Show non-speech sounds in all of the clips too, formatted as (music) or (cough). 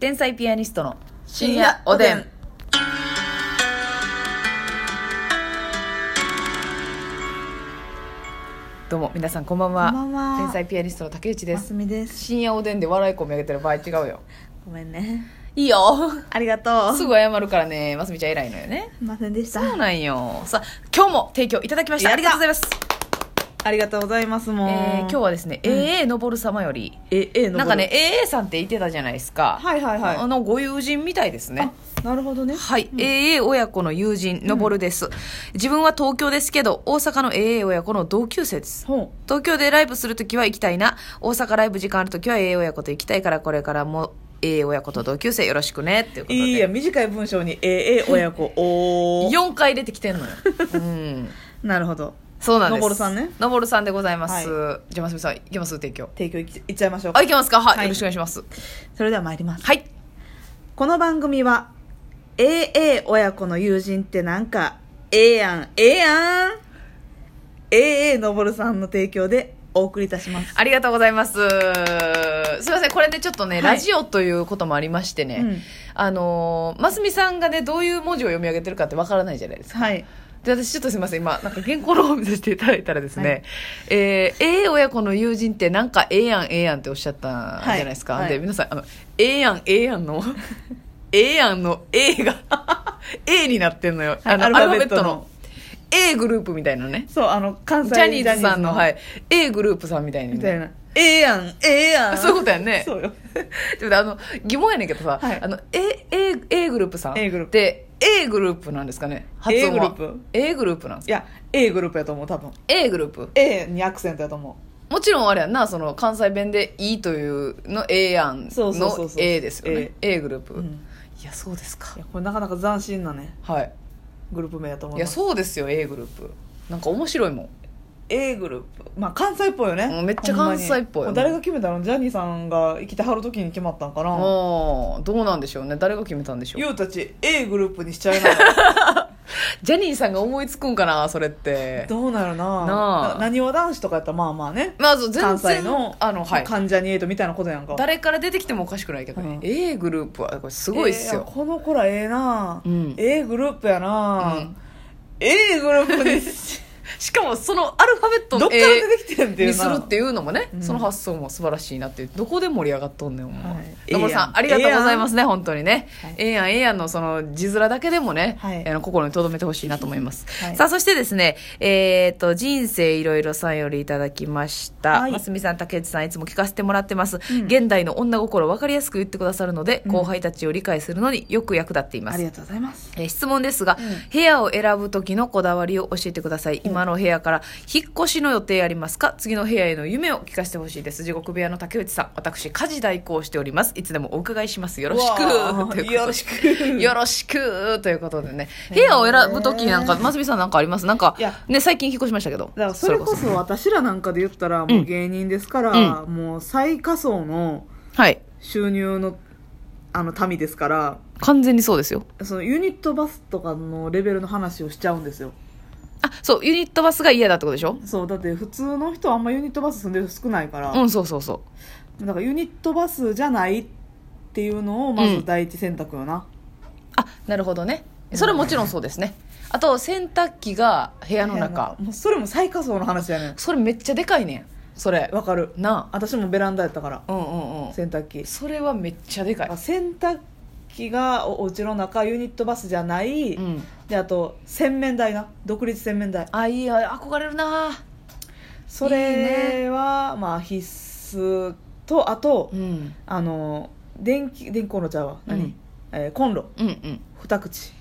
天才ピアニストの深夜おでん。どうも皆さんこんばんこはんばんは天才ピアニストの竹内でますすみです。深夜おでんで笑い込み上げてる場合違うよごめんね。いいよありがとう。すぐ謝るからねますみちゃん偉いのよねすいませんでした。そうなんよさあ今日も提供いただきましたあやっりたがとうございます、ありがとうございます。もう。えー今日はですね、うん AA のぼる様よりえ、え、なんかね。AA さんって言ってたじゃないですかはいはいはいあのご友人みたいですねあ、なるほどね。はい、AA 親子の友人のぼるです、自分は東京ですけど大阪の AA 親子の同級生ですほ東京でライブするときは行きたいな大阪ライブ時間あるときは AA 親子と行きたいからこれからも AA 親子と同級生よろしくねっていうこう。とでいいや、短い文章に、え、え、親 (laughs) 子、おー。 4回出てきてんの (laughs) よ、うん、なるほど。そうなんですのぼるさんねのぼるさんでございます、はじゃあますみさんいけます提供提供いきいっちゃいましょうあ。いけますかはい、はいよろしくお願いしますそれでは参ります。はいこの番組は、え、え、親子の友人ってなんか、ええやん、ええやん。ええ、のぼるさんの提供でお送りいたします。ありがとうございます。すみません、これね、ちょっとね、はいラジオということもありましてね、うんあのー、ますみさんがね、どういう文字を読み上げてるかってわからないじゃないですか。はい。で、私ちょっとすみません、今、なんか原稿の方を見させていただいたらですね、はいえー、ええ親子の友人ってなんかええやん、ええやんっておっしゃったじゃないですか。はいはいで、皆さん、あの、ええやん、ええやんの、 (laughs) ええやんの A が、A になってんのよ。はいあの、アアルルフファァベベッットトのの A グループみたいなね。そう、あの、関ジ西ャニーズさんの、ジャニーズはい、A グループさんみたいに、ね。みたいな。ええやん、ええやん。そういうことやんねそうよ。でもあの疑問やねんけどさ、はいあの A, A, A グループさん A グループで A グループなんですかね発音は A グループ A グループなんですいかや、A グループやと思う、多分。 A グループ A にアクセントやと思もちろんあれやんなその関西弁で E というの A やんそうそうそうのそう A ですよね A グループ、う。うん。いやそうですかいや、これなかなか斬新なね、はいグループ名やと思。いうやそうですよ A グループなんか面白いもん A グループ。まあ、関西っぽいよねう。んめっちゃほんまに関西っぽいもう誰が決めたのジャニーさんが生きてはる時に決まったんかあな。ーどうなんでしょうね誰が決めたんでしょうユウたち A グループにしちゃいなよ。ジャニーさんが思いつくんかなそれ (laughs) ってどうなるななあなにわ男子とかやったらまあまあね。まず全然関西のあの、はい、関ジャニエイトみたいなことやんか。誰から出てきてもおかしくないけどね、うん A グループはこれすごいっすえーよ、この子らええな、ううん A グループやな、ううん A グループにししかもそのアルファベットどのっから A 出てきてんっていうになするっていうのもね、うんその発想も素晴らしいなっていうどこで盛り上がっとんねんもう、はい野村さんありがとうございますね本当にね、はいええやんええやんのその字面だけでもね、はいあの心に留めてほしいなと思います、はいさあそしてですねえっ、と人生いろいろさんよりいただきました、はいますみさん竹内さんいつも聞かせてもらってます、うん現代の女心分かりやすく言ってくださるので、うん後輩たちを理解するのによく役立っていますありがとうございますえー質問ですが、うん部屋を選ぶ時のこだわりを教えてください今の部屋から引っ越しの予定ありますか次の部屋への夢を聞かせてほしいです地獄部屋の竹内さん私家事代行しておりますいつでもお伺いしますよろしうわく (laughs) ーということでよろしくよろしくということでね部屋を選ぶ時なんかますみさんなんかありますなんかいやね最近引っ越しましたけどだからそれこそ私らなんかで言ったらもう芸人ですから、もう最下層のはい収入のあの民ですから完全にそうですよそのユニットバスとかのレベルの話をしちゃうんですよあそうユニットバスが嫌だってことでしょそうだって普通の人はあんまユニットバス住んでる人少ないから、うんそうそうそうだからユニットバスじゃないっていうのをまず第一選択よな、あなるほどねそれもちろんそうですねあと洗濯機が部屋の中もうそれも最下層の話やねんそれめっちゃでかいねんそれわかるな私もベランダやったからあうんうんうん洗濯機それはめっちゃでかいあ洗濯機がおお家の中ユニットバスじゃない、うんであと洗面台な独立洗面台あいいや憧れるなそいいれはまあ必須とあと、うんあの電気電気コンロちゃうわ何、うんえーコンロうんうん二口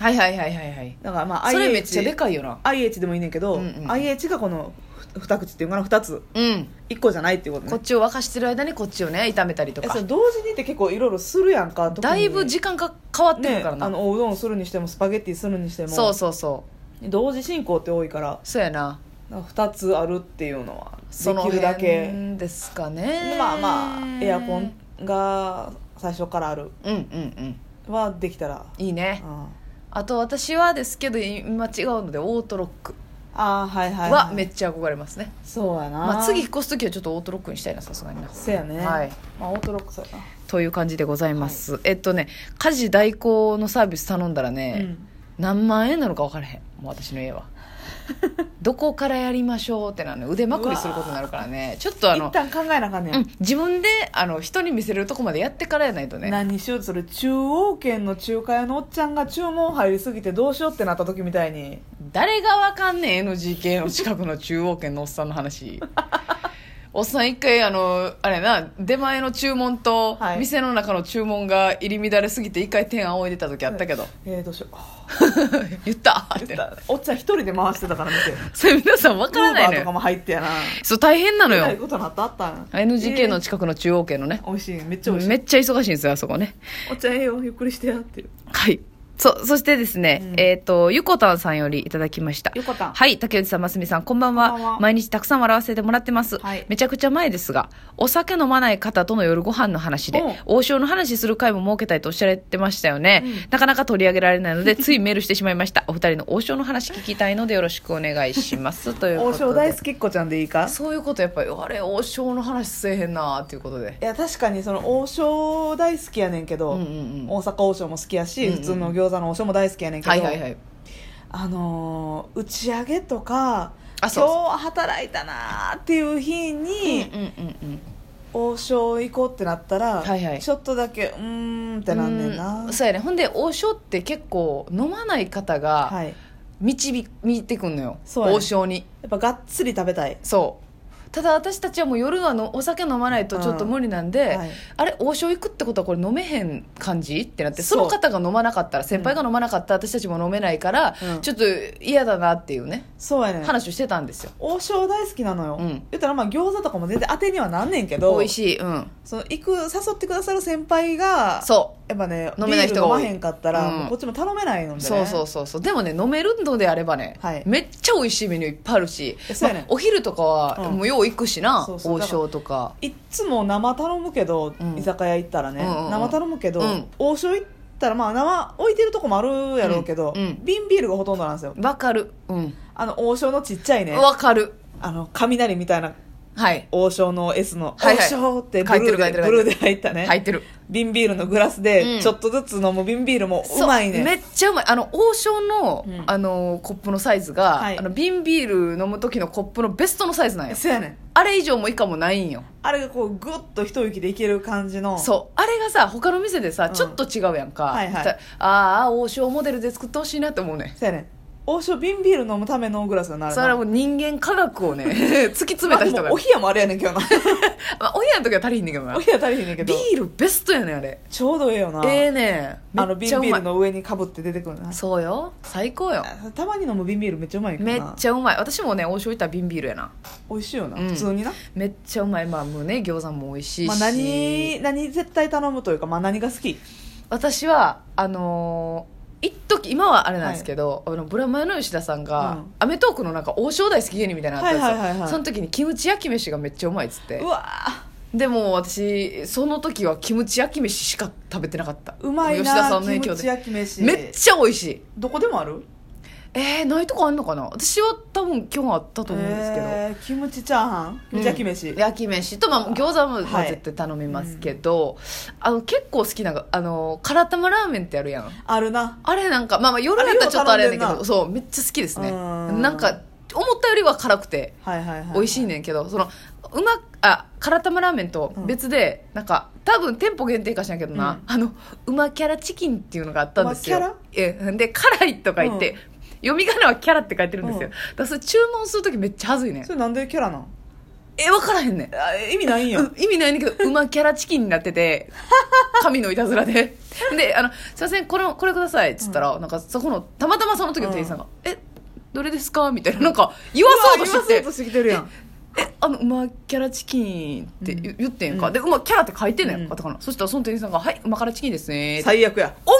はいはいはいはいはいだからまあそれめっちゃで IH, かいよな IH でもいいねんけど、うんうん IH がこのふ二口っていうのかな二つうん一個じゃないっていうことねこっちを沸かしてる間にこっちをね炒めたりとえそかれ同時にって結構いろいろするやんか特にだいぶ時間が変わってねるからあなのおうどんするにしてもスパゲッティするにしてもそうそうそう同時進行って多いからそうやななんか2つあるっていうのはそのできるだけ辺ですかねまあまあエアコンが最初からあるうんうんうんはできたら、いいねうんあと私はですけど今違うのでオートロックああはいはい、はめちっちゃ憧れますね、ゃそうやな、まあ、次引っ越す時はちょっとオートロックにしたいなさすがになせやね、はい、まあ、オートロックそうやなという感じでございます、えっとね家事代行のサービス頼んだらね、何万円なのか分からへんもう私の家 (laughs) はどこからやりましょうってなの腕まくりすることになるからねちょっとあ一の、旦考えなあかんねん、うん、自分であの人に見せれるとこまでやってからやないとね何しようとする中央圏の中華屋のおっちゃんが注文入りすぎてどうしようってなった時みたいに誰がわかんねえ NGK の近くの中央圏のおっさんの (laughs) 話おっさん一回あのあれな出前の注文と、はい店の中の注文が入り乱れすぎて一回天仰いでた時あったけど、えー、どうしようあ (laughs) 言ったっー言てったおっちゃん一人で回してたから見て (laughs) それ皆さんわウからーないバのーとかよも入ってやなそう大変なのえらいよことなったあったん NGK えのー近くの中央圏のね、美味しいめっちゃ美味しいめっちゃ忙しいんですよあそこねお茶ええよゆっくりしてやってはいそそしてですね、うんえっ、とゆこたんさんよりいただきましたよかったはい竹内さんますみさんこんばんはこんばんは毎日たくさん笑わせてもらってます、はいめちゃくちゃ前ですがお酒飲まない方との夜ご飯の話でうん王将の話する回も設けたいとおっしゃられてましたよね、うんなかなか取り上げられないのでついメールしてしまいました (laughs) お二人の王将の話聞きたいのでよろしくお願いします (laughs) ということ王で将大好きっ子ちゃんでいいかそういうことやっぱりあれ王将の話せえへんなーっていうことでいや確かにその王将大好きやねんけど、うんうんうん大阪王将も好きやし、うんうん普通の餃子の王将も大好きやねんけど、はいはいはいあのー打ち上げとかあそうそう今日は働いたなーっていう日に、うんうんうん王将行こうってなったら、はいはいちょっとだけうーんってなんねんなうんそうやねほんで王将って結構飲まない方がはい、や導いてくんのよ、そうやね王将にっぱがっつり食べたいそうただ私たちはもう夜はのお酒飲まないとちょっと無理なんで、うんはいあれ王将行くってことはこれ飲めへん感じってなってそそうの方が飲まなかったら先輩が飲まなかったら私たちも飲めないから、うんちょっと嫌だなっていうねそうやねん話をしてたんですよ、王将大好きなのよ、うん言ったらまあ餃子とかも全然当てにはなんねんけど美味しいうんその行く誘ってくださる先輩がそやっぱね飲めない人がビー多いル飲まへんかったら、うんもうこっちも頼めないうので、ね、そうそうそうそうでもね飲めるのであればね、はいめっちゃ美味しいメニューいっぱいあるし、えそうやねんお昼とかはうんもうよう行くしな、そうそう王将とかいっつも生頼むけど、うん居酒屋行ったらね、うんうんうん生頼むけど、うん王将行ったらまあ生置いてるとこもあるやろうけど、うんうん瓶ビールがほとんどなんですよわかるうんあの王将のちっちゃいねわかるあの雷みたいなはい王将の S の、はいはい王将ってブ書いてるルー書いてでるブルーで入ったね、入ってる瓶ビールのグラスうんでちょっとずつ飲む瓶ビールもうまいそめねっちゃうまいあの王将の,、うんあのコップのサイズが、はいあの瓶ビール飲む時のコップのベストのサイズなんよそうやねんあれ以上も以下もないんよあれがこうグッと一息でいける感じのそうあれがさ他の店でさうんちょっと違うやんか、はいはいだああ王将モデルで作ってほしいなって思うねそうやねん王将瓶ビール飲むためのグラスになるそれはもう人間科学をね (laughs) 突き詰めた人まあがでもお冷やもあれやねんけ (laughs) どなまあ、お部屋の時は足りひんねんけどなお冷や足りひんねんけビどールベストやねんあれちょうどええよな、ええねんあのめっ瓶ちゃうビーまルいの上にかぶって出てくるなそうよ最高よたまに飲む瓶ビールめっちゃうまいけどめっなちゃうまい私もね王将行ったら瓶ビールやな美味しいよな、うん普通にな、めっちゃうまいまあもうね餃子も美味しいし、まあ、何何絶対頼むというか、まあ、何が好き私はあのー一時今はあれなんですけど、あのブラマヨの吉田さんが、うんアメトークのなんか王将大好き芸人みたいなのあったんですよ、はいはいはいはいその時にキムチ焼き飯がめっちゃうまいっつってうわーでも私その時はキムチ焼き飯しか食べてなかったうまい吉田なさんのキ影響ムチで焼き飯めっちゃ美味しいどこでもあるえー、ないとこあんのかな私は多分今日あったと思うんですけど、えーキムチチャーハンキムチ焼き飯、焼き飯と、まあ、餃子もまあはい絶対頼みますけど、あの結構好きなのがあの辛玉ラーメンってあるやんあるなあれなんかまあまあ夜やったらちょっとあれやねんけあれよどうそうめっちゃ好きですねうんなんか思ったよりは辛くてはいはいはい美味しいねんけど、そのうまあ辛玉ラーメンと別で、なんか多分店舗限定かしらんけどな、あのうまキャラチキンっていうのがあったんですようまえで辛いとか言って、うん読み仮名はキャラって書いてるんですよ、うんだからそれ注文する時めっちゃはずいねんそれなんでキャラなんえ分からへんねんあ意味ないんや (laughs) うん意味ないねんだ (laughs) けど、うまキャラチキンになってて、神のいたずらで。 (laughs) で、あの、すいません、この、これください、っつったら、なんかそこの、たまたまその時の店員さんが、え、どれですかみたいな、なんか、言わそうとうわして言わそうてと、してきてるやんえ、あの、うまキャラチキンって言,、言ってんやんか。うんで、うまキャラって書いてんのよ、うんだから。そしたらその店員さんが、はい、うまキャラチキンですねって。最悪やお前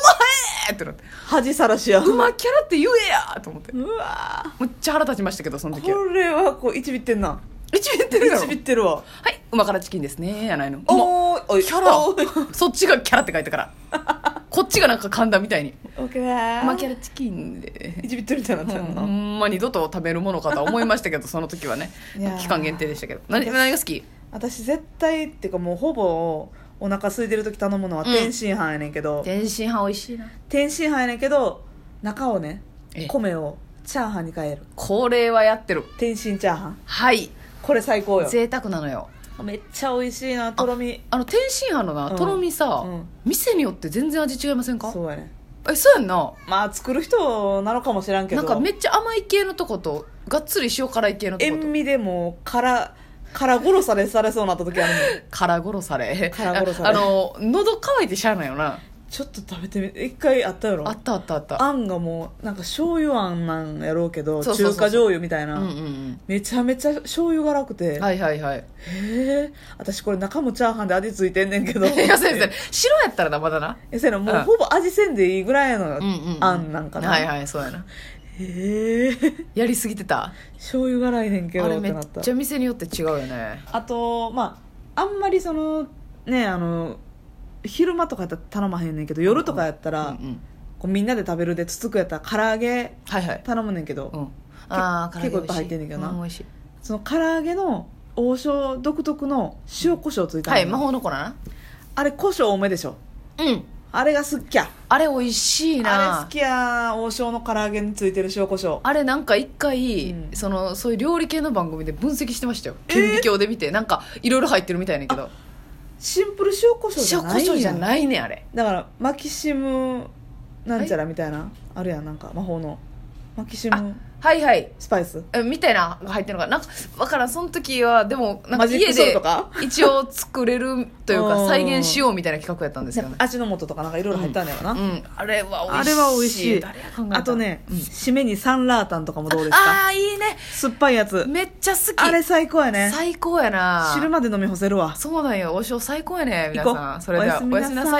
ってな (laughs) って、恥さらしやうまキャラって言えやと思って。うわーむっちゃ腹立ちましたけど、その時は。これはこういちびってんな一ビっているやろちびってるわはい、うまキャラチキンですねやないの。うまおーおいキャラおーいそっちがキャラって書いたから (laughs) こっちがなんか噛んだみたいにオッケーまあキャラチキンでいちびってるみたいになったよほな、んま二度と食べるものかとは思いましたけどその時はねいやー期間限定でしたけど何何が好き私絶対っていうかもうほぼお腹空いてる時頼むのは天津飯やねんけど、天津飯美味しいな天津飯やねんけど中をねえ米をチャーハンに変えるこれはやってる天津チャーハンはいこれ最高よ贅沢なのよめっちゃ美味しいなとろみあの天津飯のな、うんとろみさ、うん店によって全然味違いませんかそうやねえそうやんなまあ作る人なのかもしらんけどなんかめっちゃ甘い系のとことがっつり塩辛い系のとこ塩と味でもからから殺されされそうになった時あるの (laughs) よ辛殺され辛殺されあの喉乾いてしゃあないよなちょっと食べてみて一回あったやろあったあったあったあんがもうなんか醤油あんなんやろうけどそうそうそう中華醤油みたいな、うんうんめちゃめちゃ醤油辛くて、うんはいはいはいへえ私これ中もチャーハンで味ついてんねんけど (laughs) いや先生白やったらなまだなえせやなもううんほぼ味せんでいいぐらいのうんうん、うあんなんかな、はいはいそうやなへえ (laughs) やりすぎてた醤油辛いねんけどあれっめてっなったちゃ店によって違うよねあとまああんまりそのねあの昼間とかやったら頼まへんねんけど夜とかやったうんうら、んこうみんなで食べるでつつくやったら唐揚げはいはい頼むねんけど、うんああ結構いっぱい入ってんねんけどな美味しいその唐揚げの王将独特の塩コショウついたのはい魔法の粉なあれ胡椒多めでしょうんあれが好きやあれ美味しいなあれ好きや王将の唐揚げについてる塩コショウあれなんか一回、うんそのそういう料理系の番組で分析してましたよ顕微鏡で見て、なんかいろいろ入ってるみたいねんけどシンプル塩コショウじ塩ゃコないショウじやゃんないねんあれだからマキシムなんちゃらみたいな、あるやんなんか魔法のマキシムはいはいスパイスえみたいなのが入ってるのかななんかわからんその時はでもなんかマジッ家クソルでとか一応作れるという (laughs) うかん再現しようみたいな企画やったんですよね味の素とかなんかいろいろ入ったんだよな、うんあれは美味しいあれは美味しい誰が考えたあとね、うん締めにサンラータンとかもどうですかああいいね酸っぱいやつめっちゃ好きあれ最高やね最高やな汁まで飲み干せるわそうなんよ王将最高やね皆行こさんうそれではおやすみなさおやすいみなさい